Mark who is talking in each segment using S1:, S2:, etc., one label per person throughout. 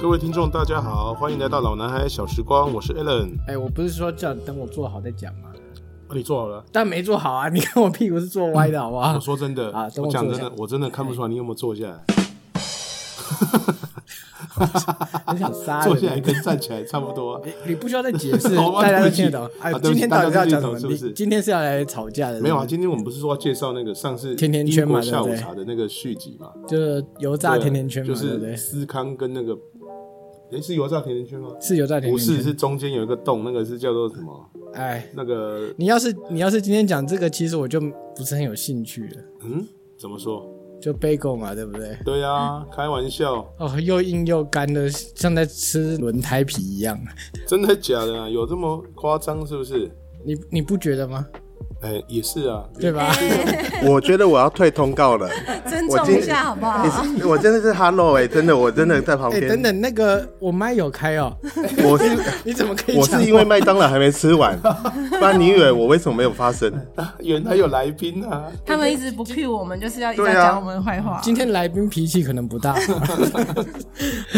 S1: 各位听众，大家好，欢迎来到老男孩小时光，我是 Alan。
S2: 哎、我不是说叫等我做好再讲吗？
S1: 啊，你做好了？
S2: 但没哦做好啊！你看我屁股是坐歪的，好不好
S1: 我？说真的，
S2: 啊等
S1: 我
S2: 我
S1: 讲
S2: 坐
S1: 真的
S2: 下，
S1: 我真的看不出来你有没有坐下 来。
S2: 很想杀
S1: 坐下来
S2: 人。
S1: 跟站起来差不 多啊。
S2: 哎你不需要再解 释，
S1: 好吧
S2: 大家
S1: 对
S2: 都
S1: 不起
S2: 听得懂。哎
S1: 啊，对
S2: 今
S1: 不起
S2: 天到底是要讲什
S1: 大家都听得懂
S2: 么？
S1: 是不是
S2: 你今天是要来吵架的？
S1: 没有啊，
S2: 是
S1: 今天我们不是说要介绍那个上次
S2: 甜甜圈
S1: 英
S2: 嘛
S1: 国下午
S2: 对不对
S1: 茶的那个续集嘛？
S2: 不是就是油炸
S1: 对啊
S2: 甜甜圈嘛，
S1: 就
S2: 对不对
S1: 是？思康跟那个，诶，是油炸甜甜圈吗？
S2: 是油炸甜
S1: 不
S2: 甜
S1: 是，
S2: 圈。
S1: 是中间有一个洞，那个是叫做什么？
S2: 哎，
S1: 那个
S2: 你要是你要是今天讲这个，其实我就不是很有兴趣了。
S1: 嗯，怎么说？
S2: 就 bagel 嘛，对不对？
S1: 对啊，开玩笑，
S2: 哦，又硬又干的，像在吃轮胎皮一样。啊
S1: 真的假的啊？有这么夸张是不是？
S2: 你你不觉得吗？
S1: 哎、也是啊，
S2: 对吧？
S3: 我觉得我要退通告 了。
S4: 尊
S3: 我
S4: 重
S3: 今
S4: 一下好不
S3: 你
S4: 好？
S3: 是我真的是 Hello 哎、真的我真的在旁
S2: 哎、
S3: 边、
S2: 等，等，那个我麦有开 哦，
S3: 我是
S2: 你怎么可以
S3: 我
S2: 讲
S3: 是因为麦当劳还没 吃完，不然你以为我为什么没有发声？
S1: 原来有来宾啊！
S4: 他们一直不 cue 我们，就是要一直
S3: 对啊
S4: 讲我们坏话。
S2: 今天来宾脾气可能不大，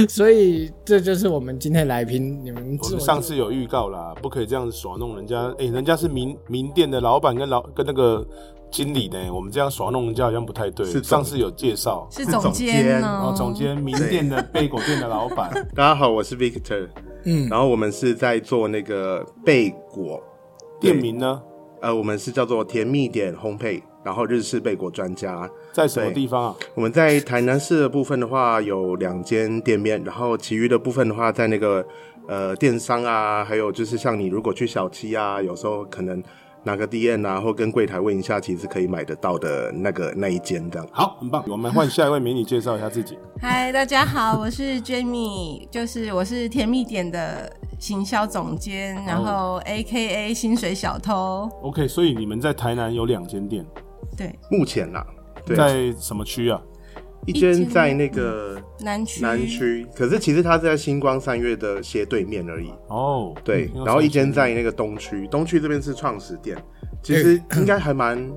S2: 所以这就是我们今天来宾。你们
S1: 我
S2: 自
S1: 们
S2: 我
S1: 上次有预告啦，不可以这样子耍弄人家。哎、人家是名名店的老板跟老跟那个经理呢，我们这样耍弄人家好像不太对。
S3: 是总
S1: 上次有介绍，
S4: 是
S3: 是
S4: 总
S3: 总
S4: 监
S3: 监
S1: 然
S4: 呢
S1: 后，总监名店的贝果店的老板，
S3: 大家好，我是 Victor，
S2: 嗯，
S3: 然后我们是在做那个贝果
S1: 店，名呢
S3: 对呃，我们是叫做甜蜜点烘焙，然后日式贝果专家。
S1: 在什么地方啊？
S3: 我们在台南市的部分的话有两间店面，然后其余的部分的话在那个呃电商啊，还有就是像你如果去小七啊，有时候可能拿个 D N 啊，或跟柜台问一下，其实可以买得到的那个那一间这样。
S1: 好，很棒。我们换下一位美女介绍一下自己。
S4: 嗨，大家好，我是 Jamie，就是我是甜蜜点的行销总监，然后 A K A 薪水小偷，
S1: OK，所以你们在台南有两间店，
S4: 对，
S3: 目前啦，对，
S1: 在什么区啊？
S3: 一
S4: 一
S3: 间
S4: 间
S3: 在那个
S4: 南区，
S3: 南，区，可是其实它是在星光三月的斜对面而已。
S1: 哦，
S3: 对
S1: 嗯，
S3: 然后一间在那个东区，东区这边是创始店，其
S2: 哎
S3: 实应该还蛮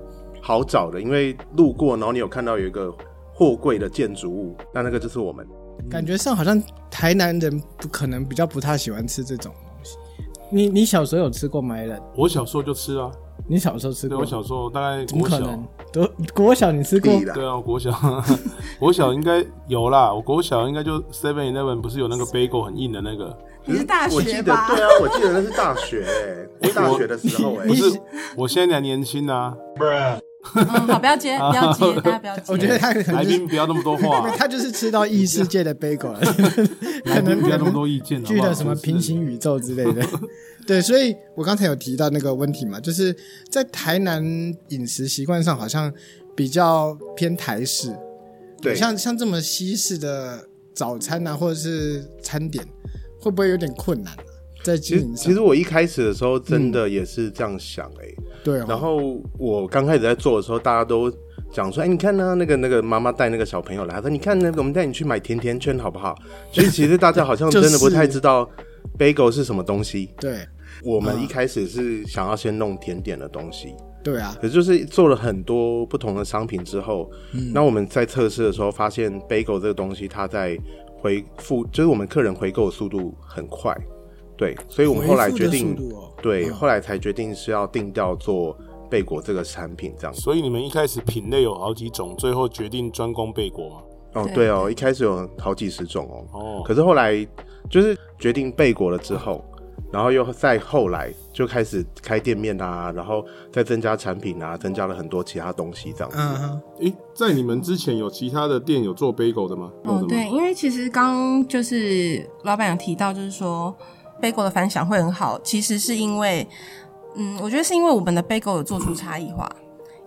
S3: 好找的，因为路过，然后你有看到有一个货柜的建筑物，那那个就是我们。
S2: 感觉上好像台南人不可能比较不太喜欢吃这种东西。你你小时候有吃过麦冷？
S1: 我小时候就吃啊，
S2: 你小时候吃
S1: 对
S2: 过？
S1: 我小时候大概
S2: 怎么
S1: 国
S2: 可
S1: 小，
S2: 能？都国小你吃过？
S3: 啦
S1: 对啊，我国小， 国小应该有啦。我国小应该就 Seven Eleven 不是有那个 bagel 很硬的那个？
S4: 你是大
S3: 我记
S4: 学
S3: 得，
S4: 吧？
S3: 对啊，我记得那是大 学、欸，我大学的时候、欸，
S1: 不
S2: 你
S1: 是，我现在还年轻啊，
S4: 嗯，好，不要接，不要 接，大家不要接。
S2: 我觉得他可能
S1: 来
S2: 就是
S1: 宾不要那么多 话，
S2: 他就是吃到异世界的 bagel 了。
S1: 来宾不要那么多意见，
S2: 剧
S1: 好不
S2: 的
S1: 好
S2: 什么
S1: 真是
S2: 平行宇宙之类 的。对，所以我刚才有提到那个问题嘛，就是在台南饮食习惯上好像比较偏台式，
S3: 对，
S2: 像像这么西式的早餐啊，或者是餐点，会不会有点困难、啊、在
S3: 其
S2: 经
S3: 实
S2: 营上？
S3: 其实我一开始的时候
S1: 嗯
S3: 真的也是这样想、欸，
S2: 对、哦，
S3: 然后我刚开始在做的时候，大家都讲说：“哎、你看呢、那个那个妈妈带那个小朋友来，她说你看那个我们带你去买甜甜圈好不好？” 所以其实大家好像
S2: 就
S3: 真
S2: 是
S3: 的不太知道 bagel 是什么东西。
S2: 对啊
S3: 我
S2: 嗯
S3: 们一开始是想要先弄甜点的东西，
S2: 对啊，
S3: 可是就是做了很多不同的商品之后，
S2: 嗯
S3: 那我们在测试的时候发现 bagel 这个东西它在回复，就是我们客人回购的速度很快，对，所以我们后来决定
S2: 回复的速，度哦
S3: 对，后来才决定是要定调做贝果这个产品这样子。
S1: 所以你们一开始品类有好几种，最后决定专攻贝果嘛？
S3: 哦，
S4: 对
S3: 对哦，一开始有好几十种哦，
S1: 哦
S3: 可是后来就是决定贝果了之后，然后又再后来就开始开店面啊，然后再增加产品啊，增加了很多其他东西这样子。
S2: 嗯哼，
S1: 诶，在你们之前有其他的店有做 bagel 的吗？有的
S4: 哦
S1: 吗，
S4: 对，，因为其实刚就是老板有提到，就是说 bagel 的反响会很好，其实是因为，嗯，我觉得是因为我们的 bagel 有做出差异化。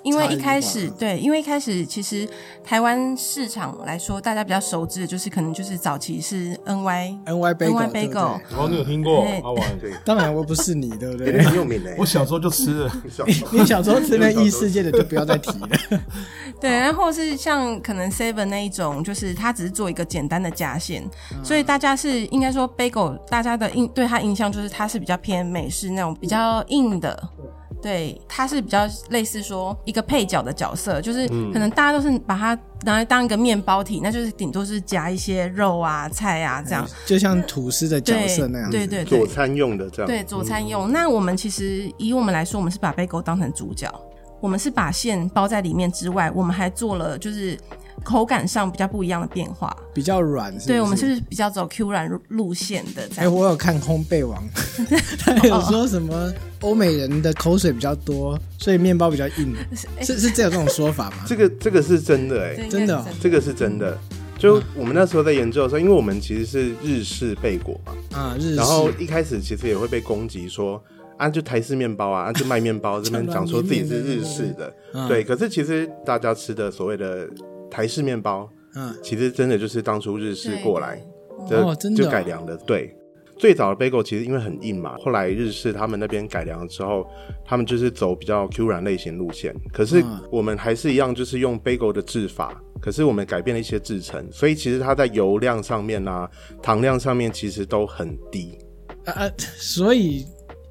S4: 因为一开
S2: 差异
S4: 始，
S2: 化
S4: 对，因为一开始其实台湾市场来说，大家比较熟知的就是可能就是早期是 NY，
S2: ，N Y bagel，
S4: NY
S2: 对不
S4: bagel
S2: 对
S1: 哦，你有听过
S4: 对
S1: 阿 玩？
S3: 对，
S2: 当然我不是你，对不
S3: 甜 点
S2: 对？
S3: 很有名欸哦呢、
S1: 我小时候就吃了，
S3: 小
S2: 你小时候吃那异世界的就不要再提了。
S4: 对，然后是像可能 Seven 那一种，就是它只是做一个简单的夹馅，
S2: 嗯
S4: 所以大家是应该说
S2: 嗯
S4: bagel，大家的印对它印象就是它是比较偏美式那种比较硬的。对，它是比较类似说一个配角的角色，就是
S2: 嗯
S4: 可能大家都是把它拿来当一个面包体，那就是顶多是加一些肉啊、菜啊 这样。
S2: 就像吐司的嗯角
S4: 对
S2: 色那样子。
S4: 对对
S3: 佐
S4: 对
S3: 餐用的这样。
S4: 对，佐餐用。那我们其实以我们来说，我们是把贝狗当成主角，我们是把馅包在里面之外，我们还做了就是口感上比较不一样的变化。
S2: 比较软是不是。
S4: 对，我们是比较走 Q 软路路线的这
S2: 哎、
S4: 样。
S2: 我有看烘焙 王，他有说什么欧美人的口水比较多，所以面包比较 硬，是是这有这种说法 吗？
S3: 这个这个是真的哎、
S4: 对应该是
S2: 真的哦
S3: 这个是真的。就我们那时候在研究的时候，因为我们其实是日式贝果嘛，
S2: 啊，日式，
S3: 然后一开始其实也会被攻击说啊，就台式面包啊，啊就卖 面包这边讲说自己是日式的，
S2: 嗯
S3: 对。可是其实大家吃的所谓的台式面包，
S2: 嗯，
S3: 其实真的就是当初日式过来
S2: 对
S3: 的，
S2: 哦真的
S3: 就
S2: 哦
S3: 改良的。对，最早的 bagel 其实因为很硬嘛，后来日式他们那边改良了之后，他们就是走比较 Q 软类型路线。可是
S2: 嗯
S3: 我们还是一样，就是用 bagel 的制法，可是我们改变了一些制成，所以其实它在油量上面啊、糖量上面其实都很低。
S2: 啊啊，所以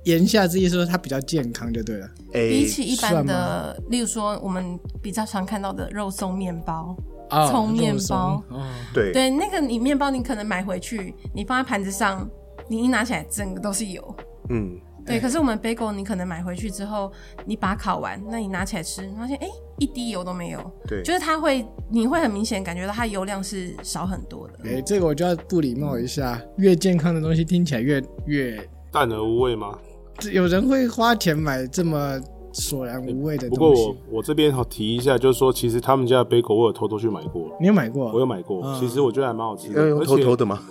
S2: 言下之意说它比较健康就对了。
S3: 诶
S4: 比起一般
S2: 算
S4: 的，例如说我们比较常看到的肉松面包，
S2: 啊
S4: 葱面包
S2: 肉松哦，
S3: 哎对
S4: 对，那个你面包你可能买回去，你放在盘子上，你一拿起来整个都是油。
S3: 嗯，
S4: 对，
S2: 对
S4: 可是我们 bagel 你可能买回去之后，你把它烤完，那你拿起来吃，你发现哎、诶一滴油都没有，
S3: 对，
S4: 就是它会，你会很明显感觉到它油量是少很多的。
S2: 哎、这个我就要不礼貌一下，越健康的东西听起来越越，
S1: 淡而无味吗？
S2: 这有人会花钱买这么索然无味的
S1: 不过
S2: 东西。
S1: 我我这边好提一下，就是说，其实他们家的 bagel 我有偷偷去买过，
S2: 你有买
S1: 我有
S2: 过？
S1: 买过，
S2: 嗯
S1: 其实我觉得还蛮好吃的
S3: 要，用
S1: 而
S3: 偷偷
S1: 且
S3: 的吗？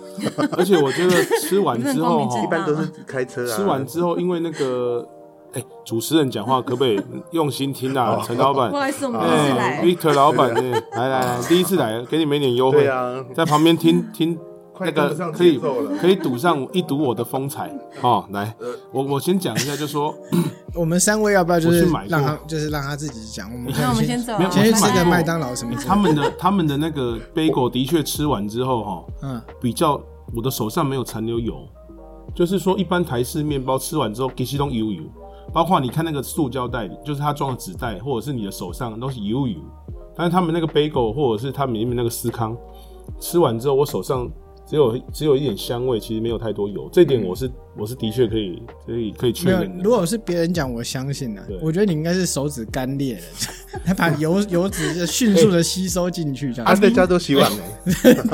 S1: 而且我觉得 吃完之后哈
S4: 你们光明
S3: 一
S4: 正大
S3: 般都是开车啊。
S1: 吃完之后，因为那个，哎、主持人讲话可不可以用心听啊？
S3: 哦
S1: 陈老板
S4: 不， 好意思，我们第一次
S1: 哎、
S4: 来，
S1: v i c t o r 老板，哎来来来，第一次来，给你们一点优惠
S3: 对，啊，
S1: 在旁边 听听
S3: 快
S1: 那
S3: 跟
S1: 个
S3: 不上
S1: 可以
S3: 节奏了呃
S1: 可以赌上一赌我的风采哦。来，我我先讲一下，就 说
S2: 我们三位要不要就
S1: 我
S2: 是
S1: 去买过
S2: 让他就是让他自己讲？我们可
S4: 那我
S2: 能
S4: 们先走，
S1: 没有
S2: 先去
S1: 啊我
S2: 吃
S1: 先
S2: 个
S1: 买嗯
S2: 麦当劳什么之类
S1: 他
S2: 的。
S1: 们的他们的那个 bagel 的确吃完之后哈、
S2: 嗯，
S1: 比较我的手上没有残留油，就是说一般台式面包吃完之后，给其中油油，包括你看那个塑胶袋里，就是它装的纸袋，或者是你的手上都是油油。但是他们那个 bagel 或者是他们里面那个司康，吃完之后我手上只有只有一点香味，其实没有太多油，这点我是我是的确可以可以可以确
S2: 没有
S1: 认，的。
S2: 如果是别人讲，我相信啊
S1: 对。
S2: 我觉得你应该是手指干裂了， 他把 油油脂就迅速的吸收进去，这
S3: 啊，
S2: 样。
S3: 在家都洗碗呢。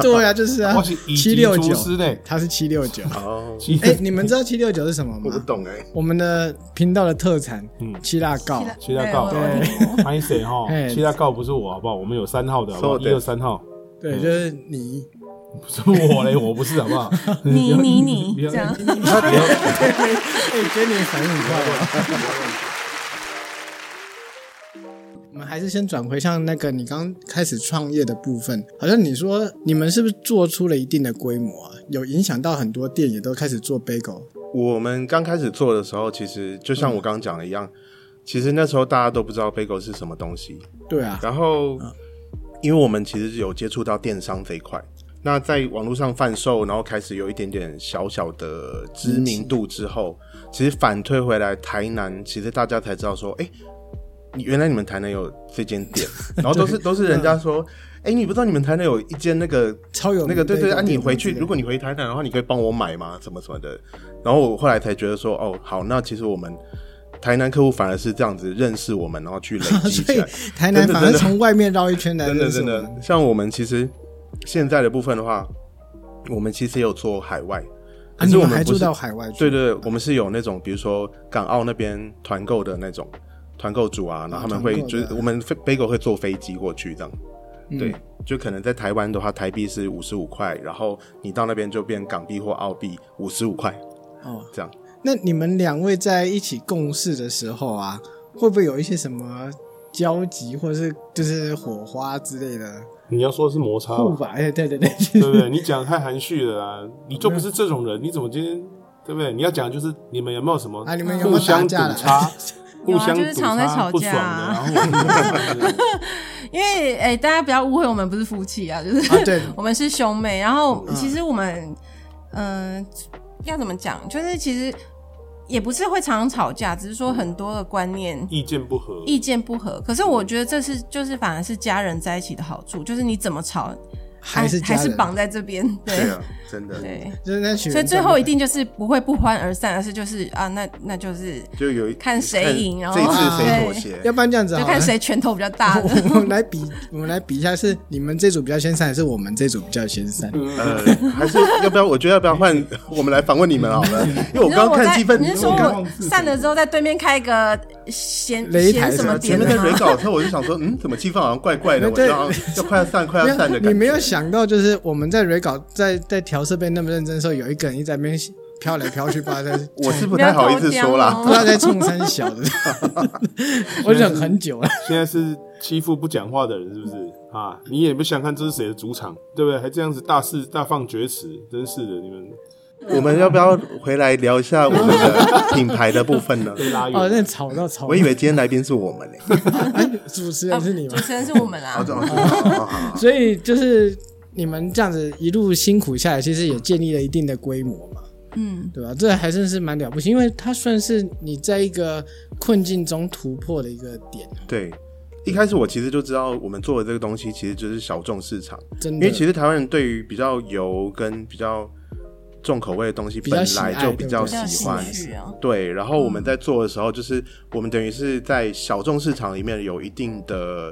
S2: 对啊，就是啊
S1: 哎我是，乙
S2: 七
S1: 级
S2: 六
S1: 厨
S2: 九，
S1: 师嘞，
S2: 它是七六 九。
S3: 哦，
S1: 其
S2: 哎
S1: 实，
S2: 你们知道七六九是什么
S3: 我不
S2: 吗？
S3: 懂哎，
S2: 我们的频道的特产，
S1: 嗯
S2: 嗯，七辣糕。
S1: 其他告
S4: 对我我
S1: 拍谁 哈？
S2: 哎
S1: 其他告不是我好不好？我们有三号的好不好？
S3: そう
S1: 一
S3: です
S1: 二三号。
S2: 对，就是你，
S1: 不是我嘞，我不是好不好？
S4: 你你 你
S1: 不要
S4: 这样，
S2: 哎，觉得你反应很快啊。我们还是先转回像那个你刚开始创业的部分，好像你说你们是不是做出了一定的规模啊？有影响到很多店也都开始做 bagel，
S3: 我们刚开始做的时候，其实就像我刚刚讲的一样，其实那时候大家都不知道 bagel 是什么东西。
S2: 对啊，
S3: 然后，因为我们其实有接触到电商这一块，那在网络上贩售，然后开始有一点点小小的知名度之后，其实反推回来台南，其实大家才知道说，哎、你原来你们台南有这间 店，然后都是都是人家说。哎、你不知道你们台南有一间那个
S2: 超有
S3: 那个对对
S2: bagel
S3: 啊，你
S2: 店
S3: 回
S2: 之
S3: 去，
S2: 类的
S3: 如果你回台南的话，你可以帮我买吗？什么什么的。然后我后来才觉得说，哦，好，那其实我们台南客户反而是这样子认识我们，然后去累积
S2: 所以
S3: 起来。
S2: 台南反而从外面绕一圈来
S3: 真的
S2: 认识
S3: 真
S2: 我
S3: 的
S2: 们，，
S3: 像我们其实现在的部分的话，我们其实也有做海外，
S2: 啊，
S3: 可
S2: 你
S3: 是我
S2: 们
S3: 们
S2: 还
S3: 不
S2: 住
S3: 是，
S2: 到海外去，
S3: 对对，对我们是有那种，比如说港澳那边团购的那种团购组啊，然后他们会
S2: 哦团购
S3: 就
S2: 的
S3: 是我们飞 Bagel 会坐飞机过去这样，对，
S2: 嗯
S3: 就可能在台湾的话，台币是五十五块，然后你到那边就变港币或澳币五十五块
S2: 哦，
S3: 这样。
S2: 那你们两位在一起共事的时候啊，会不会有一些什么交集，或者是就是火花之类的？
S1: 你要说是摩擦
S2: 不
S1: 吧？
S2: 吧，哎，对对 对，
S1: 对不对？你讲得太含蓄了啊！你就不是这种人，你怎么今天对不对？你要讲就是你们有没有什么
S2: 啊，你们有
S1: 互
S2: 没有打
S1: 相赌
S2: 架了？？
S1: 叉互相
S4: 有啊
S1: 赌
S4: 就是常在
S1: 叉
S4: 吵
S1: 不爽
S4: 架
S1: 的，
S4: 啊
S1: 然后
S4: 因为哎、大家不要误会，我们不是夫妻啊，就是、
S2: 啊对
S4: 我们是兄呃妹。然后其实我们，嗯、要怎么讲？就是其实也不是会常常吵架，只是说很多的观念
S1: 意见不合，
S4: 意见不合。可是我觉得这是就是反而是家人在一起的好处，就是你怎么吵，
S2: 还是家
S4: 还
S2: 人啊
S4: 是绑在这 边，
S3: 对
S4: 对
S3: 啊，真的，
S4: 对。
S2: 就是那群人
S4: 所以最
S2: 真
S4: 后
S2: 的
S4: 一定就是不会不欢而散，而是就是啊，那那就是
S3: 就有一
S4: 看谁赢
S3: 看
S4: 然后啊
S3: 这一次谁
S4: 对
S3: 妥协
S2: 要，不然这样子好
S4: 就
S2: 了，
S4: 看谁拳头比较大的。
S2: 我们来比，我们来比一下，是你们这组比较先散，还是我们这组比较先散？
S3: 呃，还是要不要？我觉得要不要换我们来访问你们好了？因为我
S4: 你说
S3: 刚
S4: 我
S3: 刚看
S4: 在
S3: 气氛，
S4: 你是说
S1: 我刚
S4: 我散了之后在对面开一个闲
S2: 擂台
S4: 闲什
S2: 什么
S4: 么
S2: 之类
S3: 前
S4: 点
S2: 的
S4: 吗
S3: 面在蕊稿的时候，我就想说，嗯，怎么气氛好像怪怪的？我
S2: 对
S3: 就好像要快要散，快要散的感觉。
S2: 你没有想到，就是我们在 re 稿在在调设备那么认真的时候，有一个人一直在那边飘来飘去，不知道在
S3: 我是不太好意思说啦
S2: 不
S4: 不要跟我讲哦。
S2: 知道在冲三小 的，我忍很久了。
S1: 现在是欺负不讲话的人，是不是啊？你也不想看这是谁的主场，对不对？还这样子大肆大放厥词，真是的，你们
S3: 我们要不要回来聊一下我们的品牌的部分呢？
S1: 被拉
S2: 哦，
S1: 远。
S2: 那吵到吵到，
S3: 我以为今天来宾是我们呢。
S2: 哎主持人是你
S4: 主
S2: 吗？
S4: 持人是我们啊
S3: 哦，这样子哦好
S2: 所以就是你们这样子一路辛苦下来，其实也建立了一定的规模嘛。
S4: 嗯，
S2: 对吧？这还真是蛮了不起，因为它算是你在一个困境中突破的一个点，
S3: 对，一开始我其实就知道我们做的这个东西其实就是小众市场，
S2: 真
S3: 因
S2: 的。
S3: 为其实台湾人对于比较油跟比较重口味的东西
S2: 比较
S3: 本
S2: 喜爱
S3: 来就比较
S4: 比较有
S3: 喜
S4: 兴
S3: 欢。
S4: 趣啊。
S3: 对，然后我
S2: 嗯
S3: 们在做的时候，就是我们等于是在小众市场里面有一定的、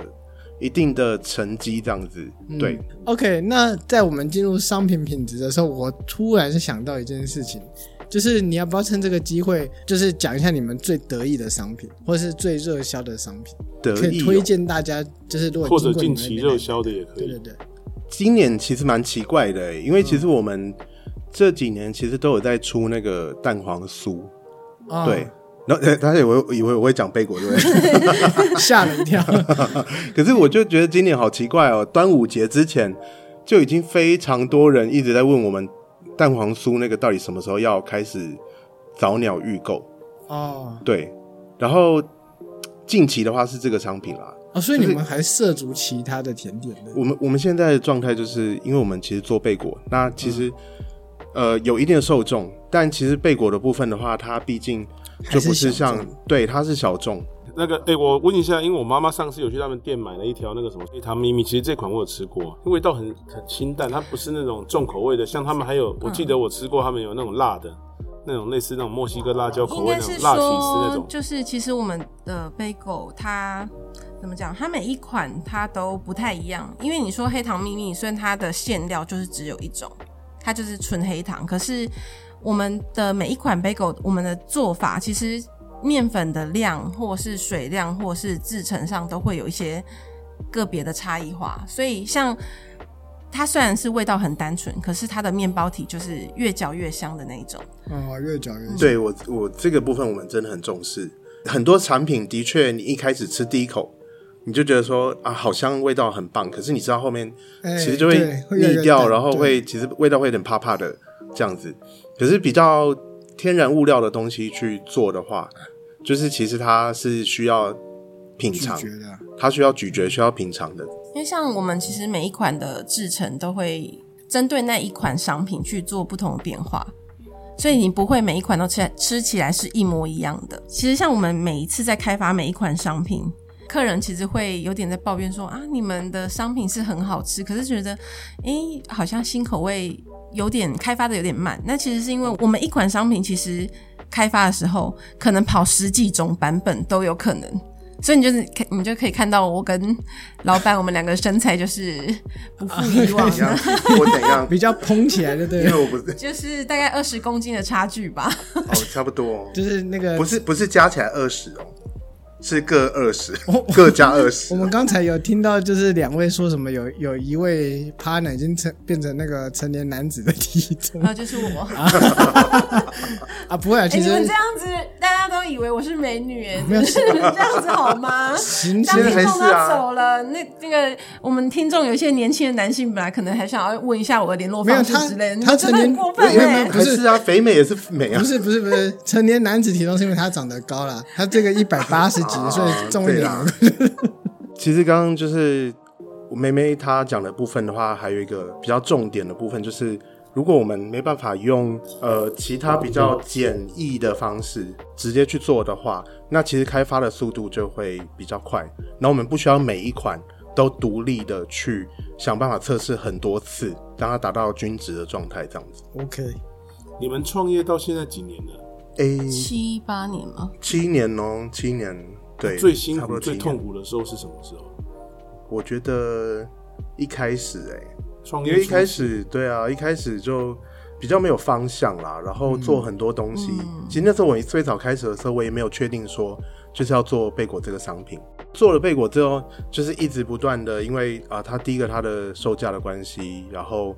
S3: 一定的成绩这样子。
S2: 嗯
S3: 对，
S2: OK，那在我们进入商品品质的时候，我突然是想到一件事情，就是你要不要趁这个机会，就是讲一下你们最得意的商品，或是最热销的商品，
S3: 得
S2: 可以
S3: 意、
S2: 推
S3: 哦。
S2: 荐大家，就是如果
S1: 或者
S2: 经过
S1: 近
S2: 你们
S1: 期
S2: 那边
S1: 热，销的也可
S2: 对对
S1: 以，
S2: 对，
S3: 今年其实蛮奇怪的欸，因为
S2: 嗯
S3: 其实我们这几年其实都有在出那个蛋黄酥，
S2: 啊
S3: 对。，然后呃大家以为以为我会讲贝果对不对？
S2: 吓了一跳，
S3: 可是我就觉得今年好奇怪哦，端午节之前就已经非常多人一直在问我们蛋黄酥那个到底什么时候要开始早鸟预购。
S2: 哦
S3: 对，然后近期的话是这个商品啦。
S2: 哦，所以你们还涉足其他的甜点呢？
S3: 我们我们现在的状态就是，因为我们其实做贝果，那其
S2: 嗯
S3: 实、呃有一定的受众，但其实贝果的部分的话，它毕竟就不是像
S2: 还是小
S3: 对它是小众，
S1: 那个哎、诶我问一下，因为我妈妈上次有去他们店买了一条那个什么黑糖咪咪，其实这款我有吃过，味道很很清淡，它不是那种重口味的，像他们还有，我记得
S4: 嗯
S1: 我吃过他们有那种辣的，那种类似那种墨西哥辣椒口
S4: 应
S1: 味
S4: 该
S1: 那种
S4: 是
S1: 辣起司那
S4: 说
S1: 种，，
S4: 就是其实我们的 bagel 它怎么讲？它每一款它都不太一样，因为你说黑糖秘密，虽然它的馅料就是只有一种，它就是纯黑糖，可是我们的每一款 bagel，我们的做法其实面粉的量，或是水量，或是制成上都会有一些个别的差异化，所以像。它虽然是味道很单纯，可是它的面包体就是越嚼越香的那一种。
S2: 哦，越嚼越香。
S3: 嗯对我我这个部分我们真的很重视。很多产品的确，你一开始吃第一口，你就觉得说啊，好香，味道很棒。可是你知道后面
S2: 哎
S3: 其实就
S2: 对会越来越
S3: 腻掉，
S2: 淡
S3: 然后
S2: 对
S3: 会其实味道会有点怕怕的这样子。可是比较天然物料的东西去做的话，就是其实它是需要品
S2: 拒
S3: 尝，
S2: 绝的，
S3: 它需要咀嚼，需要品尝的。
S4: 因为像我们其实每一款的制成都会针对那一款商品去做不同的变化，所以你不会每一款都吃吃起来是一模一样的。其实像我们每一次在开发每一款商品，客人其实会有点在抱怨说啊，你们的商品是很好吃，可是觉得诶好像新口味有点开发的有点慢。那其实是因为我们一款商品其实开发的时候可能跑十几种版本都有可能。所以你就是可你就可以看到我跟老板，我们两个身材就是不负以往
S3: 怎样啊
S4: 的，？
S3: 我怎样？
S2: 比较蓬起来的，对
S3: 因为， 我不是
S4: 就是大概二十公斤的差距 吧。
S3: 哦，差不多，
S2: 就是那个
S3: 不是不是加起来二十哦，是各二十，
S2: 哦
S3: 各加二十
S2: 我。 们刚才有听到，就是两位说什么有有一位 partner 已经成变成那个成年男子的体重
S4: 然后啊就是我，
S2: 啊，不会啊，
S4: 哎，
S2: 啊其
S4: 你
S2: 实
S4: 们这样子，大家都以为我是美女耶，
S2: 没有
S4: 就是这样子好吗？
S2: 行
S4: 当
S2: 行
S4: 听
S3: 还
S4: 众
S3: 是
S4: 都
S3: 啊
S4: 走了，那那个我们听众有一些年轻的男性，本来可能还想要问一下我的联络
S2: 没有
S4: 方式
S2: 他
S4: 之
S2: 他
S4: 类的，你们真的
S2: 曾
S4: 很
S2: 经
S4: 过分欸
S2: 没有没有
S4: 耶
S2: 不
S3: 还
S2: 是
S3: 是啊，肥美也是美啊
S2: 不。是不是不是成年男子体重是因为他长得高啦，他这个一百八十几 所以重一
S3: 啊对
S2: 点。
S3: 啦其实刚刚就是梅梅她讲的部分的话，还有一个比较重点的部分，就是如果我们没办法用呃其他比较简易的方式直接去做的话，那其实开发的速度就会比较快。然后我们不需要每一款都独立的去想办法测试很多次，让它达到均值的状态，这样子。
S2: OK，
S1: 你们创业到现在几年了？
S3: 诶，
S4: 七八年吗？
S3: 七年哦，七年，对，
S1: 最辛
S3: 差不
S1: 苦、
S3: 多七
S1: 最
S3: 年
S1: 痛。苦的时候是什么时候？
S3: 我觉得一开始、诶。
S1: 创
S3: 因
S1: 业
S3: 为一开
S1: 初期
S3: 始对啊，一开始就比较没有方向啦，然后做很多东西。其实那时候我最早开始的时候，我也没有确定说就是要做贝果这个商品。做了贝果之后，就是一直不断的，因为啊、它第一个它的售价的关系，然后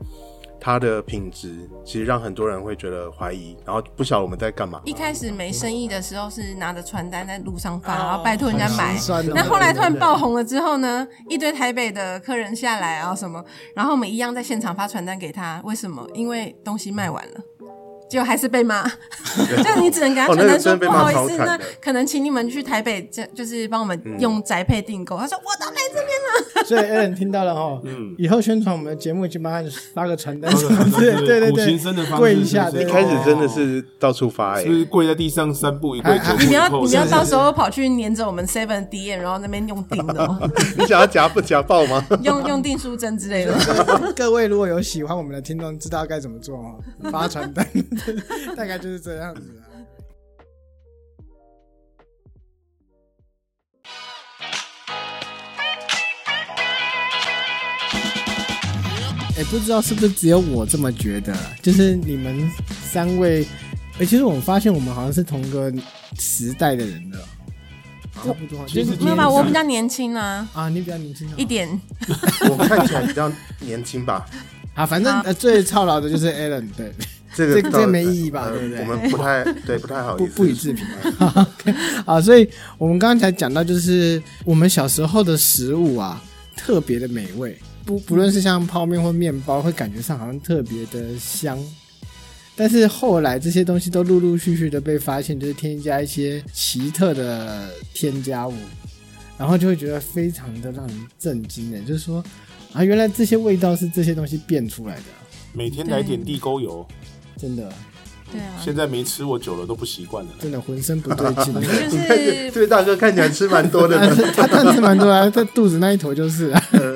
S3: 它的品质，其实让很多人会觉得怀疑，然后不晓得我们在干嘛。
S4: 一开始没生意的时候是拿着传单在路上发，
S2: 哦
S4: 然后拜托人家买
S2: 好心酸哦。
S4: 那后来突然爆红了之后呢，一堆台北的客人下来啊什么，然后我们一样在现场发传单给他。为什么？因为东西卖完了。结果还是被骂， 就你只能给他
S3: 哦
S4: 传
S3: 那个
S4: 单说、
S3: 真的被
S4: 不
S3: 骂
S4: 好意思，
S3: 超惨
S4: 那
S3: 的
S4: 可能请你们去台北，这就是帮我们用宅配订购。他说我都来这边了，
S2: 所以 Alan 听到了哈，
S1: 嗯
S2: 以后宣传我们的节目，就麻烦发个传单
S1: 发个
S2: 什么
S1: 传单
S2: 之类的，
S1: 对
S2: 对对
S1: 苦行僧的
S2: 对，
S1: 方式
S2: 跪一下，
S1: 是不
S2: 对
S1: 是
S2: 对
S3: 一开始真的是到处发哎、
S1: 是不是跪在地上三步一跪
S2: 还
S1: 九步一
S4: 你
S3: 嗯
S4: 不要
S1: 叩
S4: 你不要
S1: 哦是
S4: 到时候跑去黏着我们 Seven D N，然后那边用订的、 哦，
S3: 你想要夹不夹爆吗？
S4: 用用订书针之类的。
S2: 对 各位如果有喜欢我们的听众，知道该怎么做哦，发传单， 大概就是这样子啊。哎、不知道是不是只有我这么觉得啦？就是你们三位，哎、其实我发现我们好像是同个时代的人了，差不多。
S1: 其实
S2: 就是
S4: 没有吧？
S1: 年纪
S4: 我比较年轻啊，
S2: 啊，你比较年轻啊
S4: 一点。
S3: 我看起来比较年轻吧，
S2: 啊，反正、呃、最操劳的就是 Alan，对，
S3: 这
S2: 这
S3: 个
S2: 个
S3: 倒
S2: 这没意义吧
S3: 呃
S2: 对不对
S3: 我们不太对，不太好意
S2: 不
S3: 思，
S2: 不予置评。OK，好，啊所以我们刚才讲到，就是我们小时候的食物啊，特别的美味，不不论是像泡面或面包，会感觉上好像特别的香。但是后来这些东西都陆陆续续的被发现，就是添加一些奇特的添加物，然后就会觉得非常的让人震惊的，就是说啊，原来这些味道是这些东西变出来的啊，
S1: 每天来点地沟油，
S2: 真的
S4: 对啊，
S1: 现在没吃我久了都不习惯了。
S2: 真的浑身不对劲。
S4: 就
S3: 你看这
S4: 是
S3: 这位大哥看起来吃蛮多的
S2: 啊
S3: 呢。
S2: 他他当时蛮多啊，他肚子那一坨就是、啊。
S3: 呃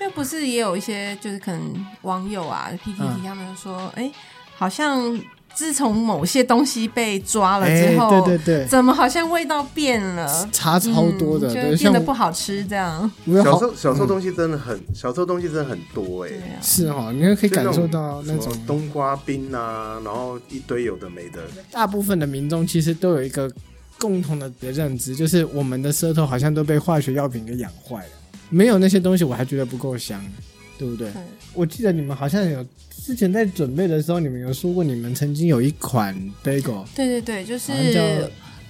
S4: 就不是也有一些就是可能网友啊
S2: 嗯
S4: PTT 他们说，哎、好像自从某些东西被抓了
S2: 哎
S4: 之后，
S2: 对对对
S4: 怎么好像味道变了？
S2: 差超多的，
S4: 嗯
S2: 对，
S4: 就变
S2: 像
S4: 得
S2: 我
S4: 不好吃这样。
S2: 我有
S3: 小
S2: 好嗯
S3: 时候小时候东西真的很，小时候东西真的很多哎、
S4: 对啊，
S2: 是哈，你会可以
S3: 就那
S2: 感
S3: 种
S2: 受到那
S3: 什
S2: 种
S3: 么，冬瓜冰啊，然后一堆有的没的，
S2: 大部分的民众其实都有一个共同的认知，就是我们的舌头好像都被化学药品给养坏了，没有那些东西我还觉得不够香，对不对？
S4: 对
S2: 我记得你们好像有之前在准备的时候，你们有说过你们曾经有一款 bagel，
S4: 对对对，就
S2: 好像
S4: 是
S2: 叫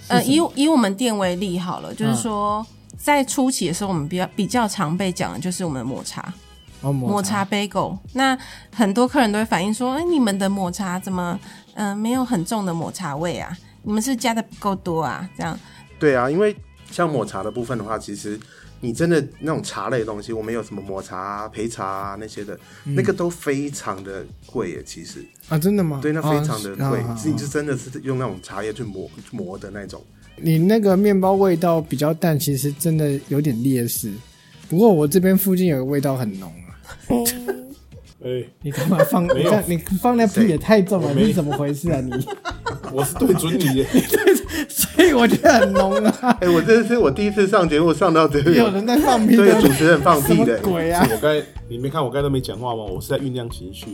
S4: 呃，
S2: 是什
S4: 以
S2: 么
S4: 以我们店为例好了，就是
S2: 嗯
S4: 说。在初期的时候，我们比较比较常被讲的就是我们的抹茶，
S2: 哦
S4: 抹
S2: 抹
S4: 茶 bagel。那很多客人都会反映说：“哎、你们的抹茶怎么嗯、呃没有很重的抹茶味啊？你们是加的不够多啊？”这样
S3: 对啊，因为像抹茶的部分的话，其实你真的那种茶类的东西，我们有什么抹茶、啊、焙茶啊那些的，
S2: 嗯
S3: 那个都非常的贵耶，其实
S2: 啊，真的吗？
S3: 对，那
S2: 哦
S3: 非常的
S2: 啊
S3: 贵，
S2: 啊啊
S3: 是你是真的是用那种茶叶去磨磨的那种。
S2: 你那个面包味道比较淡，其实真的有点劣势。不过我这边附近有个味道很浓啊，
S1: 哎，
S2: 你干嘛 放？
S1: 没
S2: 你
S1: 有
S2: 干你放那屁也太重了，
S1: 我没
S2: 你是怎么回事啊你？
S1: 我是对准你耶，
S2: 所以我觉得很浓啊，
S3: 哎、我这是我第一次上节目上到这个
S2: 有人在放屁
S3: 对啊
S2: 的
S3: 主，持人放
S2: 什
S3: 屁
S2: 么
S3: 的，
S2: 鬼啊？
S1: 我刚才你没看我刚才都没讲话吗？我是在酝酿情绪，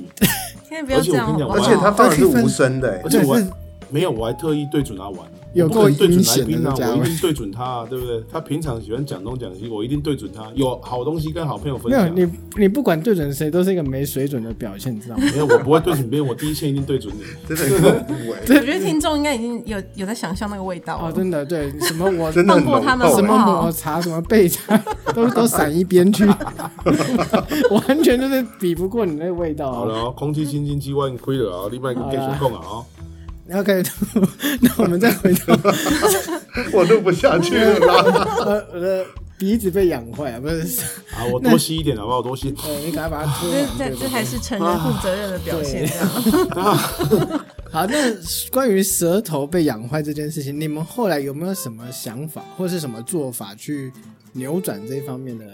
S4: 现在不要这样好不好？
S1: 而
S3: 而
S1: 且
S3: 且
S1: 他
S3: 他放的是无声的、哎
S1: 而且我还
S2: 对是
S1: 没有，我还特意对准他玩，
S2: 有
S1: 我不可能
S2: 够
S1: 对准来
S2: 阴险的
S1: 宾啊，
S2: 这家伙
S1: 我一定对准他、啊，对不对？他平常喜欢讲东讲西，我一定对准他，有好东西跟好朋友分
S2: 没有
S1: 享。
S2: 你，你不管对准谁，都是一个没水准的表现，知道吗？
S1: 没有，我不会对准别人，我第一线一定对 准你。
S3: 真的很恐怖哎、
S4: 我觉得听众应该已经有有在想象那个味道
S2: 哦，
S4: 了。
S2: 真的，对，什么我
S3: 真的
S4: 放
S3: 很
S4: 过
S3: 浓
S4: 他们
S3: 厚
S2: 什
S4: 好
S3: 哎
S4: 不
S2: 么抹
S4: 好？
S2: 茶，什么焙茶，都都闪一边 去，完全就是比不过你那味道啊。
S1: 好了、哦，空气清新机万亏了啊，另外一个 g a 供啊、哦，
S2: OK，那我们再回到
S3: 我录不下去了啦。
S2: 呃呃，鼻子被养坏啊，不是？
S1: 啊，我多吸一点好不好？我多吸。哎
S2: 对，你赶快把它推
S4: 这
S2: 完。对
S4: 这
S2: 不
S4: 这
S2: 对
S4: 还是成人负责任的表现，这样。
S2: 好。那关于舌头被养坏这件事情，你们后来有没有什么想法或是什么做法去扭转这方面的？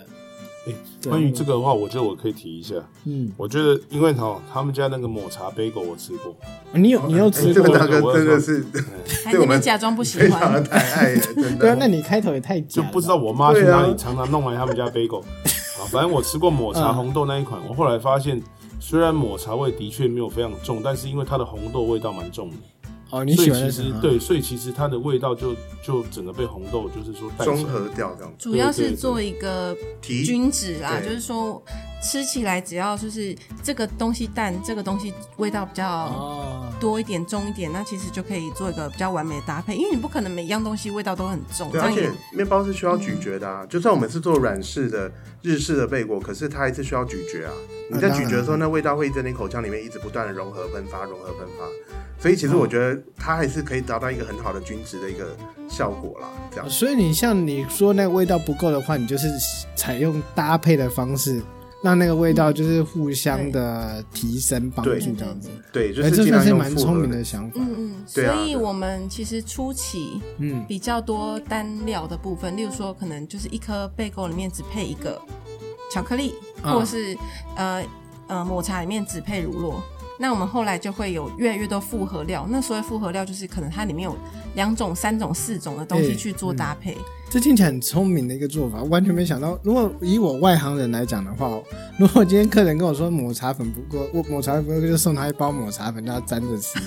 S1: 哎、关于这个的话，我觉得我可以提一下。
S2: 嗯，
S1: 我觉得因为哦，他们家那个抹茶杯狗我吃过，
S2: 哦你有你有
S3: 哎
S2: 吃
S3: 这
S2: 过啊
S3: 个
S1: 我
S2: 吗？
S3: 大哥
S1: 我
S3: 真的是
S4: 还
S3: 对
S4: 你
S3: 我
S4: 们
S3: 们
S4: 假装不喜
S3: 非常的
S4: 欢，
S3: 抬爱耶，真
S2: 对啊
S3: 的，。
S2: 那你开头也太假
S1: 就
S2: 了吧
S1: 不知道我妈去
S3: 对啊
S1: 哪里常常弄来他们家杯狗。啊，反正我吃过抹茶
S2: 嗯
S1: 红豆那一款，我后来发现，虽然抹茶味的确没有非常重，但是因为它的红豆味道蛮重的，
S2: 哦，你
S1: 所
S2: 喜
S1: 以
S2: 欢的
S1: 其
S2: 是
S1: 实
S2: 什么
S1: 对，所以其实它的味道就就整个被红豆就是说带
S3: 综
S1: 起来
S3: 合掉这样子，
S4: 主
S1: 对
S4: 要是
S1: 对
S4: 做一个
S3: 提
S4: 均值啦，
S3: 对
S4: 就是说吃起来只要就是这个东西淡，这个东西味道比较
S2: 哦，
S4: 多一点、重一点，那其实就可以做一个比较完美的搭配。因为你不可能每一样东西味道都很重，这
S3: 对，而
S4: 样
S3: 且
S4: 也
S3: 面包是需要咀嚼的啊。就算我们是做软式的、日式的贝果，可是它还是需要咀嚼啊。你在
S2: 当
S3: 咀
S2: 然
S3: 嚼的时候，那味道会在你口腔里面一直不断的融合喷发、融合喷发。所以
S2: 嗯
S3: 其实我觉得它还是可以达到一个很好的均值的一个效果啦。这样，
S2: 哦所以你像你说那个味道不够的话，你就是采用搭配的方式，让那个味道就是互相的提升帮助
S3: 对
S4: 对
S2: 这样
S4: 对
S2: 子
S4: 对。
S3: 对，就
S2: 哎，
S3: 是
S2: 这
S3: 尽
S2: 算
S3: 量
S2: 是
S3: 用
S2: 蛮
S3: 复
S2: 聪
S3: 合
S2: 明
S3: 的
S2: 的。想法。
S4: 嗯嗯，所
S3: 对啊
S4: 以
S3: 对
S4: 我们其实初期
S2: 嗯，
S4: 比较多单料的部分，例如说可能就是一颗贝果里面只配一个巧克力，
S2: 啊
S4: 或者是呃呃抹茶里面只配乳酪。那我们后来就会有越来越多复合料，那所谓复合料就是可能它里面有两种、三种、四种的东西
S2: 哎
S4: 去做搭配。
S2: 这听起来很聪明的一个做法，完全没想到。如果以我外行人来讲的话，如果今天客人跟我说抹茶粉不够，我抹茶粉不够就送他一包抹茶粉，让他沾着 吃。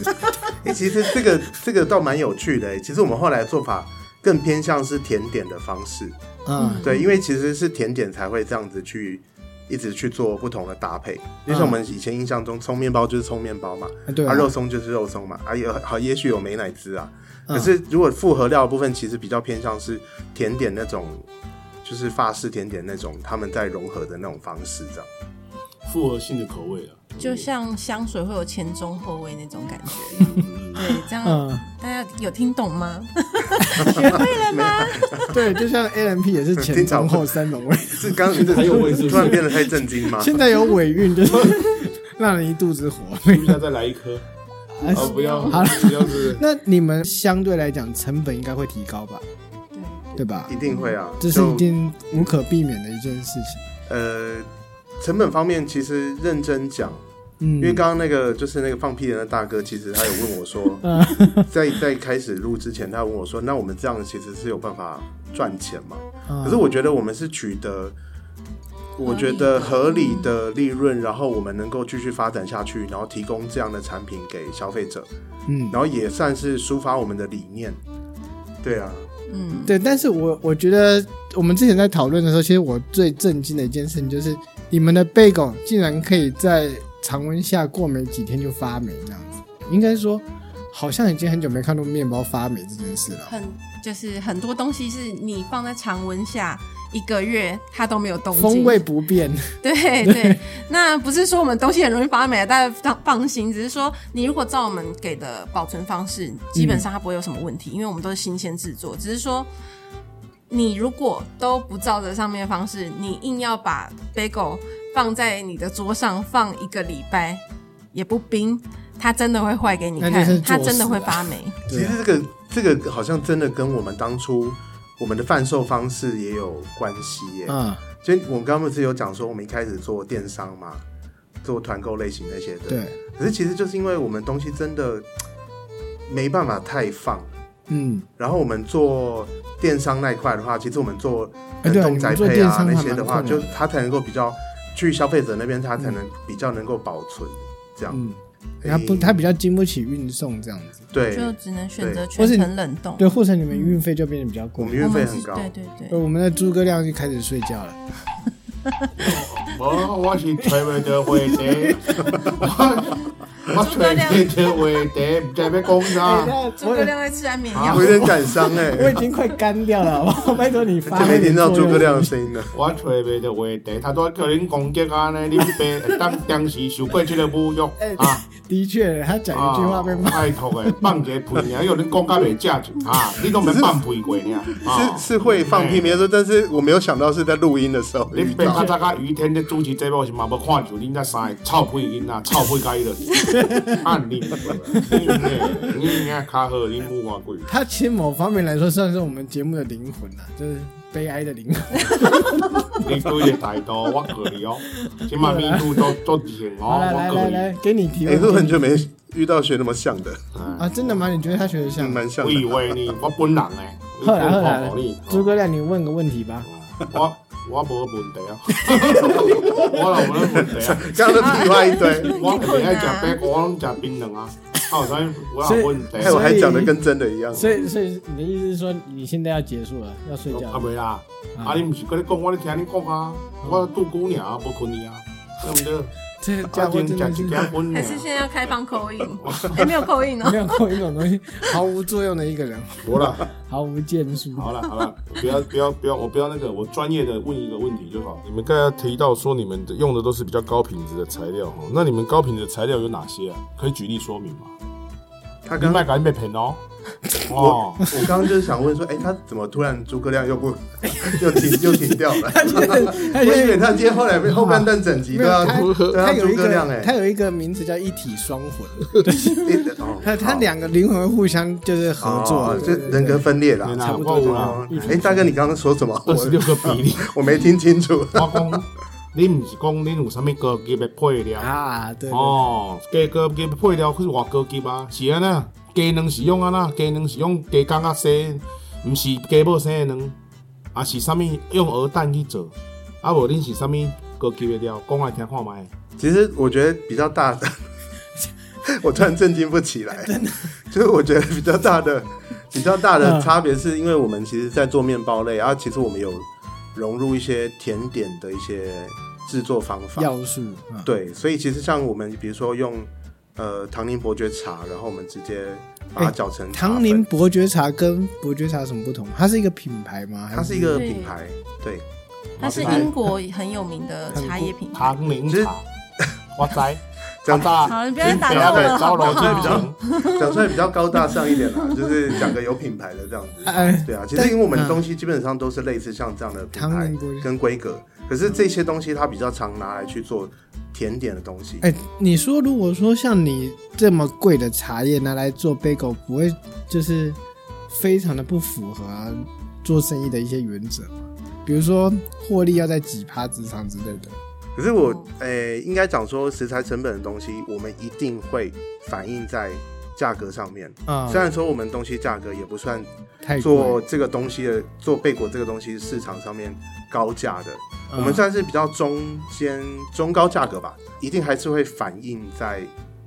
S3: 哎、其实这个这个倒蛮有趣的、欸。其实我们后来做法更偏向是甜点的方式，
S2: 嗯，
S3: 对，因为其实是甜点才会这样子去一直去做不同的搭配。就像我们以前印象中，葱面包就是葱面包嘛，
S2: 对
S3: 啊，
S2: 啊，
S3: 肉松就是肉松嘛，啊，有好，也许有美乃滋啊。
S2: 嗯
S3: 可是如果复合料的部分，其实比较偏向是甜点那种，就是法式甜点那种，他们在融合的那种方式这样。
S1: 复合性的口味啊。
S4: 就像香水会有前中后味那种感觉。对，这样、
S2: 嗯，
S4: 大家有听懂吗？
S2: 对，就像 A N P 也是前
S3: 听起来
S2: 中
S3: 我
S2: 后三种味，
S3: 是刚刚
S1: 还有味是不是
S3: 突然变得太震惊吗？
S2: 现在有尾韵，就是让人一肚子火。
S1: 是不是要再来一颗？
S2: 还
S1: 啊，
S2: 是
S1: 不要，
S2: 好了
S1: 不要是
S2: 那你们相对来讲成本应该会提高吧，
S4: 对，
S2: 对吧
S3: 一？定会啊，
S2: 这是
S3: 就
S2: 一定无可避免的一件事情。
S3: 呃，成本方面其实认真讲，
S2: 嗯
S3: 因为刚刚那个就是那个放屁的那大哥，其实他有问我 说，
S2: 嗯
S3: 在在开始录之前，他问我说，那我们这样其实是有办法赚钱吗？
S2: 啊
S3: 可是我觉得我们是取得，我觉得合理的利润，然后我们能够继续发展下去，然后提供这样的产品给消费者，
S2: 嗯，
S3: 然后也算是抒发我们的理念。对啊，
S4: 嗯，
S2: 对，但是我我觉得我们之前在讨论的时候，其实我最震惊的一件事情就是，你们的贝狗竟然可以在常温下过没几天就发霉这样子，应该说好像已经很久没看到面包发霉这件事了。
S4: 很就是很多东西是你放在常温下一个月，它都没有动静，
S2: 风味不变，
S4: 对对， 那不是说我们东西很容易发霉，大家放 放心。只是说你如果照我们给的保存方式，基
S2: 嗯
S4: 本上它不会有什么问题，因为我们都是新鲜制作。只是说你如果都不照着上面的方式，你硬要把 bagel 放在你的桌上放一个礼拜也不冰，它真的会坏给你
S2: 那
S4: 看，
S2: 就是
S4: 它
S2: 作
S4: 真的
S2: 死
S4: 会
S2: 了
S4: 发霉。
S3: 其
S2: 对
S3: 实
S2: 啊
S3: 这个这个好像真的跟我们当初我们的贩售方式也有关系耶。
S2: 啊，
S3: 所以我们刚刚不是有讲说，我们一开始做电商嘛，做团购类型那些的。
S2: 对，
S3: 可是其实就是因为我们东西真的没办法太放，
S2: 嗯，
S3: 然后我们做电商那一块的话，其实我们做
S2: 哎
S3: 冷
S2: 对啊
S3: 冻宅
S2: 你们做
S3: 配
S2: 电
S3: 啊、
S2: 商还
S3: 那些的话，
S2: 蛮困难
S3: 就
S2: 的
S3: 它才能够比较去消费者那边，它才能比较能够保存这样。
S2: 嗯
S3: 哎
S2: 它不，它比较经不起运送这样子，
S3: 对，
S4: 就只能选择
S2: 或
S4: 全
S2: 是你
S4: 程冷冻。
S2: 对，或者你们
S4: 嗯
S2: 运费就变得比较
S3: 我
S2: 贵
S3: 们。
S4: 我
S3: 运
S4: 们
S3: 费
S4: 是
S3: 很高。
S4: 对对对
S2: 呃。我们的诸葛亮就开始睡觉了，
S3: 哦
S1: 我我是推不的会的，我最近的话题唔知要讲
S2: 哎
S1: 啥，
S2: 那
S4: 啊诸葛亮在吃安眠药
S3: 我，有点感伤哎、
S2: 我我已经快干掉了，好 不好？拜托你发
S3: 就
S2: 挥
S3: 没听到
S2: 作用
S3: 诸葛亮的声音了。
S1: 我找袂到话题，他都叫恁攻击啊呢，恁爸会当当时受过这个侮辱啊
S2: 的确，他讲一句话
S1: 啊
S2: 被骂。！
S1: 拜托诶，放一个屁尔，因为恁讲到袂正经啊，你都没放屁过呢啊
S2: 哦
S3: 是！是会放屁，没错，但是我没有想到是在录音的时
S2: 哎
S3: 候遇
S1: 恁爸
S3: 到
S1: 较。早甲于天咧主持节目是嘛要看上恁才三个臭屁囡仔，臭屁甲伊就是，啊你，你你你较好，你母我贵。
S2: 他其实某方面来说，算是我们节目的灵魂啊，就是悲哀的灵魂。
S1: 你对的态度，我告你哦，即马面度都做钱哦，
S2: 好来
S1: 我
S2: 来
S1: 告
S2: 来
S1: 你，
S2: 来，给你提
S3: 哎、
S2: 问。
S3: 我
S2: 给
S3: 很
S2: 你
S3: 久没遇到学那么像的，嗯
S2: 啊，真的吗？你觉得他学的像？
S3: 蛮像
S1: 我以
S3: 的。
S1: 为你我本人诶，你
S2: 后来后
S1: 看
S2: 来
S1: 看你，，
S2: 诸葛亮，你问个问题吧。
S1: 我我无问题啊，我哪有咧问题啊？
S3: 刚刚的屁话一堆，
S2: 哎
S1: 我唔爱食白果，我拢食槟榔啊，啊，所以我有问题
S3: 哎，我还讲的跟真的一样。
S2: 所以，所以你的意思是说，你现在要结束了，要睡觉
S3: 哦
S1: 啊，
S2: 了？
S1: 袂啦，啊，你毋是跟你讲，我咧听你讲啊，我拄姑娘无困你啊，对不对？
S2: 这家
S1: 啊，
S2: 伙
S1: 先
S2: 真的
S1: 食
S2: 是
S1: 一羹粉
S4: 还
S1: 尔
S4: 是现在要开放口音？哎，没有口音哦
S2: 嗯没。有过一种东西，毫无作用的一个人，
S1: 无啦。
S2: 毫无建树。
S1: 好了好了，不要不要不要，我不要那个，我专业的问一个问题就好。
S5: 你们刚才提到说你们的用的都是比较高品质的材料哈，那你们高品质的材料有哪些啊？可以举例说 明吗？
S3: 他
S1: 你
S3: 刚
S1: 卖
S3: 刚，
S1: 改被骗哦，哦，
S3: 我刚刚就是想问说，哎、他怎么突然诸葛亮又不 又停又停掉了？
S2: 他
S3: 我
S2: 就
S3: 以为
S2: 是
S3: 他今天后来后半段整集
S2: 没
S3: 都
S2: 有
S3: 要
S2: 他
S3: 都
S2: 他
S3: 要
S2: 有
S3: 诸
S2: 一
S3: 葛亮
S2: 个，他
S3: 哎，
S2: 有一个名词叫一体双 魂，
S3: 哦
S2: 他他两个灵魂互相就是合作
S3: 哦，就人格分裂了
S1: 天。
S2: 差
S1: 哪，
S2: 不
S1: 我
S2: 多
S1: 有啦，
S3: 哦哎，大哥，你刚刚说什么？
S1: 二十
S3: 我
S1: 六个比 例，
S3: 我没听清楚。
S1: 我讲，你唔是讲恁有啥物高级的配料？
S2: 啊，对，对
S1: 哦，加高级的配料去偌高级啊？是安那，鸡卵是用安那，鸡卵是用鸡公啊生，毋是鸡母生的卵，啊是啥物用鹅蛋去做？啊无恁是啥物高级的料？讲来听看卖。
S3: 其实我觉得比较大的， 我突然震惊不起来。 就是我觉得比较大的、比较大
S2: 嗯
S3: 的差别，是因为我们其实在做面包类，然后其实我们有融入一些甜点的一些制作方法。
S2: 要素，嗯
S3: 对，所以其实像我们比如说用呃唐宁伯爵茶，然后我们直接把它搅成茶粉
S2: 哎唐宁，伯爵茶跟伯爵茶有什么不同？它是一个品牌吗？
S3: 它是一个品牌，对，
S4: 它是英国很有名的茶叶品牌。
S1: 唐宁茶， 我知。
S3: 这样
S1: 大
S4: 好了，你不要再打
S1: 不
S4: 断
S1: 要
S4: 我
S1: 被
S4: 了，
S1: 招
S4: 好不
S1: 楼进
S4: 好？
S1: 城。
S3: 讲出来比较高大上一点啦， 就是讲个有品牌的这样子。
S2: 哎
S3: 对啊，其
S2: 但
S3: 实因为我们的
S2: 嗯
S3: 东西基本上都是类似像这样的品
S2: 唐
S3: 牌
S2: 人街
S3: 跟规格，
S2: 嗯
S3: 可是这些东西它比较常拿来去做甜点的东西。
S2: 哎、你说如果说像你这么贵的茶叶拿来做 bagel，不会就是非常的不符合做生意的一些原则吗？比如说获利要在几趴之上之类的。
S3: 可是我哎，应该讲说食材成本的东西，我们一定会反映在价格上面。
S2: 啊、
S3: 虽然说我们东西价格也不算
S2: 太
S3: 做
S2: 贵。
S3: 这个东西的做贝果这个东西市场上面高价的，
S2: 嗯
S3: 我们算是比较中间中高价格吧，一定还是会反映在，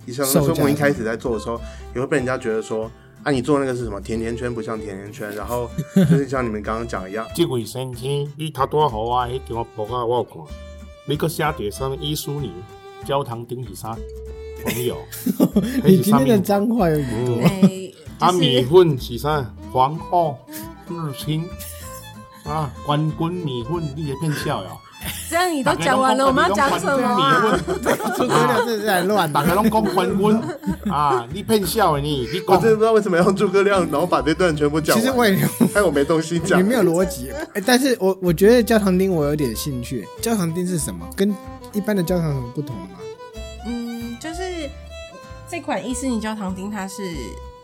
S3: 你像说
S2: 售价
S3: 我们一开始在做的时候，也会被人家觉得说。啊，你做那个是什么甜甜圈？不像甜甜圈，然后就是像你们刚刚 讲一样，
S1: 这位先生，你头拄互我迄张簿仔我有看，你搁写着啥物伊苏尼焦糖顶是啥朋友？
S2: 你今天的脏话有点多。
S1: 嗯，
S4: 哎，
S1: 啊米
S4: 就是
S1: 粉是啥？皇后日清啊，冠军米粉，你也变笑了。
S4: 这样你都讲完了，我们要讲什么啊？
S2: 诸葛亮这是在乱
S1: 大
S2: 打。
S1: 家拢讲冠军啊，你骗笑的你，你
S3: 我
S1: 讲
S3: 真的不知道为什么要用诸葛亮，然后把这段全部 讲
S2: 哦其
S3: 完。
S2: 实我也
S3: 害我没东西讲
S2: 也。没有逻辑、哎但是我我觉得焦糖丁我有点兴趣。焦糖丁是什么？跟一般的焦糖有什么不同吗？
S4: 嗯，就是这款伊斯尼焦糖丁，它是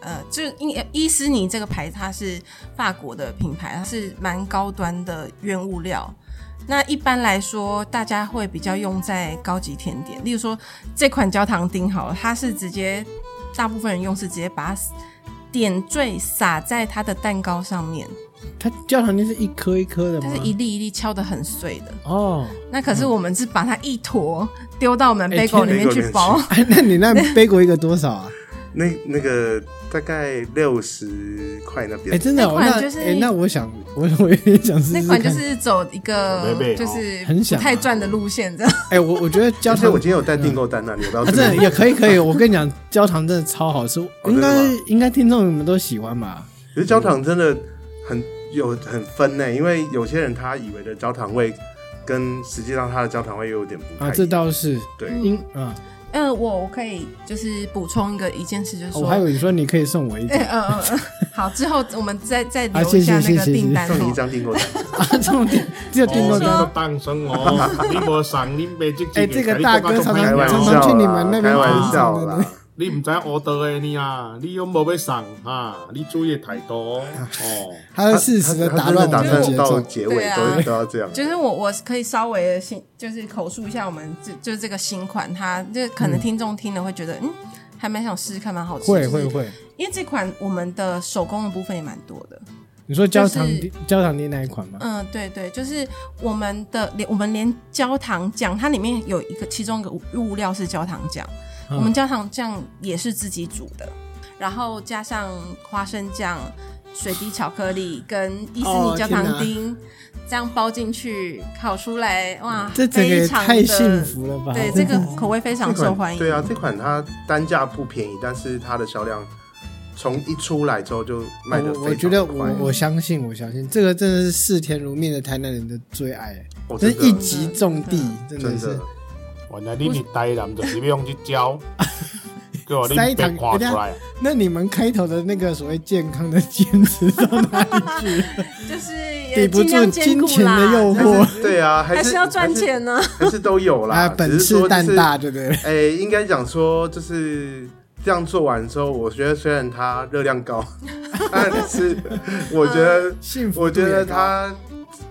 S4: 呃，就伊伊斯尼这个牌，它是法国的品牌，它是蛮高端的原物料。那一般来说，大家会比较用在高级甜点，例如说这款焦糖丁好了，它是直接大部分人用是直接把它点缀撒在它的蛋糕上面，
S2: 它焦糖丁是一颗一颗的吗
S4: 它？是一粒一粒敲得很碎的。
S2: 哦，
S4: 那可是我们是把它一坨丢到我们
S2: 哎
S4: 嗯 bagel 里面
S3: 天哪
S4: 去包，
S2: 哎，那你那 bagel 一个多少啊？
S3: 那那个大概六十块那
S2: 哎、
S3: 边，
S2: 真的哦、
S4: 那款
S2: 那
S4: 就是
S2: 哎、那我想，我我有点想试试
S4: 那
S2: 看。
S4: 款就是走一
S1: 贝
S4: 个
S1: 贝
S4: 就是
S2: 很
S4: 不
S2: 想啊
S4: 太赚的路线，这样
S2: 哎、我我觉得焦
S3: 而且
S2: 糖
S3: 我今天有带订购单啊，你有到
S2: 啊，
S3: 这
S2: 真的
S3: 边哦
S2: 也可以可以。我跟你讲，焦糖真的超好吃，应
S3: 真的
S2: 该
S3: 吗
S2: 应该听众你们都喜欢吧？
S3: 可是焦糖真的很有很分呢、因为有些人他以为的焦糖味跟实际上他的焦糖味又有点不太一
S2: 啊，
S3: 样
S2: 这倒是，
S3: 对，
S4: 嗯
S2: 应啊，
S4: 嗯，我我可以就是补充一个一件事，就是
S2: 哦我还以
S4: 说，
S2: 为你说你可以送我一
S4: 嗯
S2: 个
S4: 嗯嗯嗯，好，之后我们再再
S2: 啊
S4: 留一下
S2: 谢谢
S4: 那个
S2: 谢谢
S4: 订单
S3: 送你一
S4: 哦。
S3: 张 订购单，
S2: 啊，这种 订只有订购单。
S1: 哦当生哦，你无送，你袂积极。
S2: 哎这个大哥常
S3: 开
S2: 常
S3: 玩
S2: 常
S3: 笑
S2: 常
S3: 啦，
S2: 去你们那边
S3: 开玩笑
S2: 送
S3: 啦。
S1: 你唔知我倒的你啊，你又无要送哈，你注意态度哦。
S2: 他是适时的
S3: 他
S2: 打
S3: 真
S2: 乱
S3: 的
S2: 我
S3: 打
S2: 们
S3: 算
S2: 的节
S3: 到
S2: 奏。
S3: 结
S4: 对
S3: 尾
S4: 啊
S3: 都都要这样，
S4: 就是我，我可以稍微的新，就是口述一下我们这就是这个新款，它就可能听众听了会觉得，嗯，还蛮想试试看，蛮好吃。
S2: 会
S4: 就是
S2: 会，会，
S4: 因为这款我们的手工的部分也蛮多的。
S2: 你说焦糖
S4: 就是
S2: 焦糖的那一款吗？
S4: 嗯，对对，就是我们的连我们连焦糖酱，它里面有一个其中一个物料是焦糖酱，
S2: 嗯
S4: 我们焦糖酱也是自己煮的，然后加上花生酱、水滴巧克力跟伊斯
S2: 哦
S4: 尼焦
S2: 天
S4: 糖
S2: 哪
S4: 丁。这样包进去烤出来，哇，
S2: 这整个
S4: 非
S2: 也
S4: 常
S2: 太
S4: 的
S2: 幸福了吧！
S4: 对，这个口味非常
S3: 这
S4: 受
S3: 款
S4: 欢迎。
S3: 对啊，这款它单价不便宜，但是它的销量从一出来之后就卖的
S2: 我我觉得我我相信我相信，这个真的是视钱如命的台南人的最爱，哎
S3: 我
S2: 真
S3: 哦真
S2: 是一
S3: 的
S2: 击中地，真的
S3: 真
S2: 是
S3: 的。
S1: 原来你是台南，就是要用这招，叫你别
S2: 塞糖
S1: 看出来。
S2: 那你们开头的那个所谓健康的坚持到哪里去了？
S4: 就是
S2: 抵
S4: 也
S2: 不
S4: 尽
S2: 住
S4: 量兼
S2: 金
S4: 顾
S2: 钱
S4: 啦，
S2: 的诱
S4: 但是
S2: 惑，
S3: 对啊，还
S4: 还
S3: 是
S4: 是要赚钱呢。
S3: 还是，还是都有 啦。
S2: 啊，
S3: 只
S2: 本
S3: 是说
S2: 事
S3: 就
S2: 蛋
S3: 是
S2: 大，对不对？
S3: 哎、应该讲说就是这样做完之后，我觉得虽然它热 量高，但是我觉得、
S2: 幸福，
S3: 我觉得，它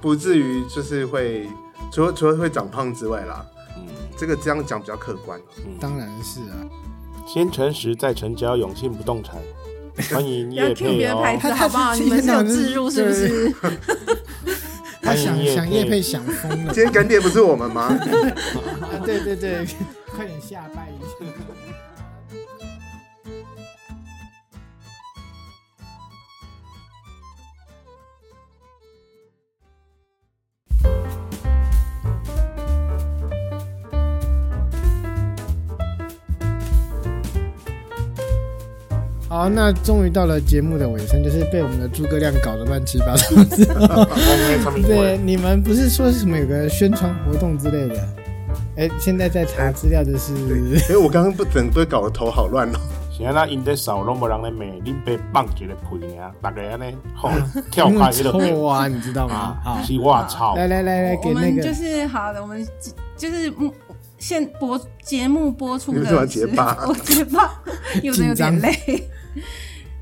S3: 不至于就是会除了除了会长胖之外啦，
S1: 嗯，
S3: 这个这样讲比较客观。哦
S2: 当然是啊，
S1: 先诚实再成交，永信不动产，欢迎
S4: 要
S1: 叶
S4: Q 别
S1: 配
S4: 人
S1: 哦，
S4: 牌子
S2: 他他
S4: 好不好？
S2: 是
S4: 你们是有
S2: 今天
S4: 置入是不是？
S2: 他想
S1: 欢迎业
S2: 想叶
S1: 配
S2: 配想疯 了
S3: 今天干爹不是我们 吗？
S2: 啊！对对对，快点下拜一下。好，那终于到了节目的尾声，就是被我们的诸葛亮搞得乱七八糟之后， 对，你们不是说什么有个宣传活动之类的？哎，现在在查资料的是，
S3: 因为哎我刚刚不整个搞得头好乱哦。
S1: 是啊安那因在扫拢无人咧骂，恁别放一个屁尔，大家安尼 吼跳开迄
S2: 因
S1: 个
S2: 为臭哎啊，你知道吗？好
S1: 啊，，是我操，
S2: 来来来来，给
S4: 我
S2: 那
S4: 们就
S2: 个
S4: 是好的，我们就是嗯现播节目播出
S3: 你
S4: 的
S3: 为什么要
S4: 是
S3: 结巴
S4: 我结巴，有的有
S2: 紧张
S4: 点累。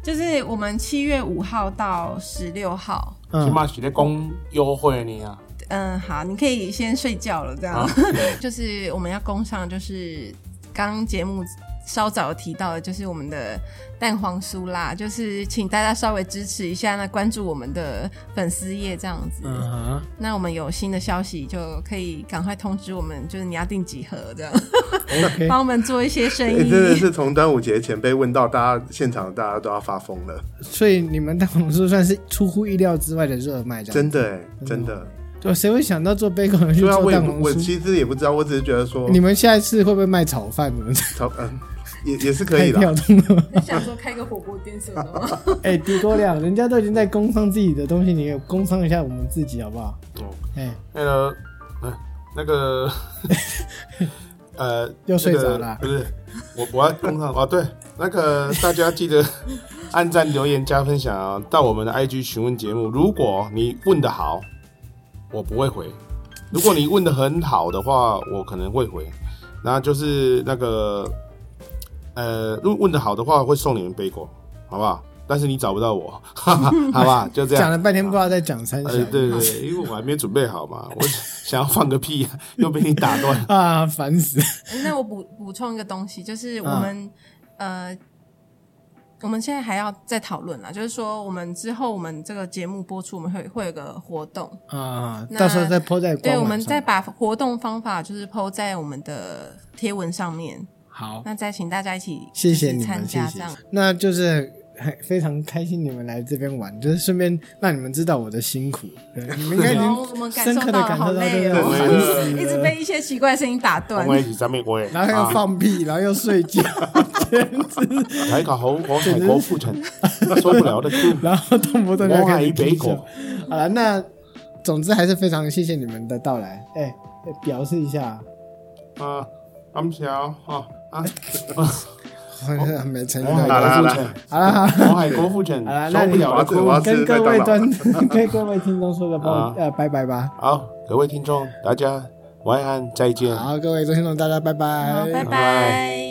S4: 就是我们七月五号到十六号，
S1: 即
S2: 嗯，
S1: 马是咧讲优惠呢
S4: 嗯，好，你可以先睡觉了，这样。
S1: 啊，
S4: 就是我们要攻上，就是刚节目稍早提到的，就是我们的蛋黄酥啦，就是请大家稍微支持一下，那关注我们的粉丝页这样子。
S2: 嗯哼，
S4: 那我们有新的消息就可以赶快通知我们，就是你要订几盒这样，
S2: OK
S4: 帮我们做一些 生
S3: 哎、
S4: 意。
S3: 真的是从端午节前被问到，大家现场大家都要发疯了，
S2: 所以你们大红书算是出乎意料之外的热卖，这样
S3: 真的哎、真的。
S2: 对，谁会想到做 bacon 的去
S3: 对啊，
S2: 做
S3: 我也
S2: 蛋
S3: 不
S2: 黄
S3: 我
S2: 酥？
S3: 其实也不知道，我只是觉得说
S2: 你们下一次会不会卖炒饭？你们
S3: 超嗯，也也是可
S2: 太
S3: 以
S2: 跳
S3: 的。
S2: 动了吗。
S4: 想说开个火锅店什么 的吗？
S2: 哎，诸葛亮，人家都已经在工商自己的东西，你也工商一下我们自己好不好？
S1: 哦
S2: 哎，
S1: 那个，呃那个，呃，
S2: 又睡着
S1: 那
S2: 了啊
S1: 个不是，我我要工上哦，对，那个大家记得 按赞、留言、加分享啊，到我们的 IG 询问节目。如果你问的好，我不会回；如果你问的很好的话，我可能会回。那就是那个，呃，如果问的好的话，会送你们杯果，好不好？但是你找不到我， 哈哈好吧，就这样
S2: 讲。了半天不知道在讲三小
S1: 哎、，对对对，因为我还没准备好嘛，我想要放个屁，啊又被你打 断。
S2: 啊，烦死！
S4: 那我补补充一个东西，就是我们、
S2: 啊
S4: 呃，我们现在还要再讨论啦，就是说我们之后我们这个节目播出，我们会会有个活动，
S2: 啊，
S4: 那
S2: 到时候再抛在官网
S4: 对，
S2: 上
S4: 我们再把活动方法就是 PO 在我们的贴文上面。
S2: 好，
S4: 那再请大家一起
S2: 谢谢你
S4: 参
S2: 们，谢
S4: 加
S2: 谢
S4: 这样。。
S2: 那就是很非常开心你们来这边玩，就是顺便让你们知道我的辛苦。对你们应该已
S4: 哦我
S2: 经
S4: 们感
S2: 深
S4: 受
S2: 刻的
S4: 到
S2: 感
S4: 好
S2: 受到这
S4: 累
S2: 个
S4: 哦
S2: 烦死了，
S4: 一直被一些奇怪的声音打断
S1: 我。也是啥物话？
S2: 然后又
S1: 啊，
S2: 放屁，然后又睡觉，
S1: 睇个好，我系郭富 城，受不了的哭。
S2: 然后动不动就
S1: 我
S2: 开
S1: 系
S2: 始
S1: 北
S2: 啤
S1: 狗
S2: 酒。，好了，那总之还是非常谢谢你们的到来。哎、哎表示一下，
S1: 啊，暗笑哈啊，
S2: 很 没诚意
S1: 我
S2: 的。
S1: 系郭富城，
S2: 好了好了，
S1: 我系郭富
S2: 好啦
S1: 城，
S2: 那
S1: 受
S2: 你
S1: 不了的哭。
S3: 我要吃
S2: 跟各位
S3: 麦当
S2: 观跟各位听众说个抱
S1: 啊
S2: 呃拜拜吧。
S1: 好，各位听众，大家晚安，再见。
S2: 好，各位听众大家拜拜
S4: 好，拜
S1: 拜
S4: 拜。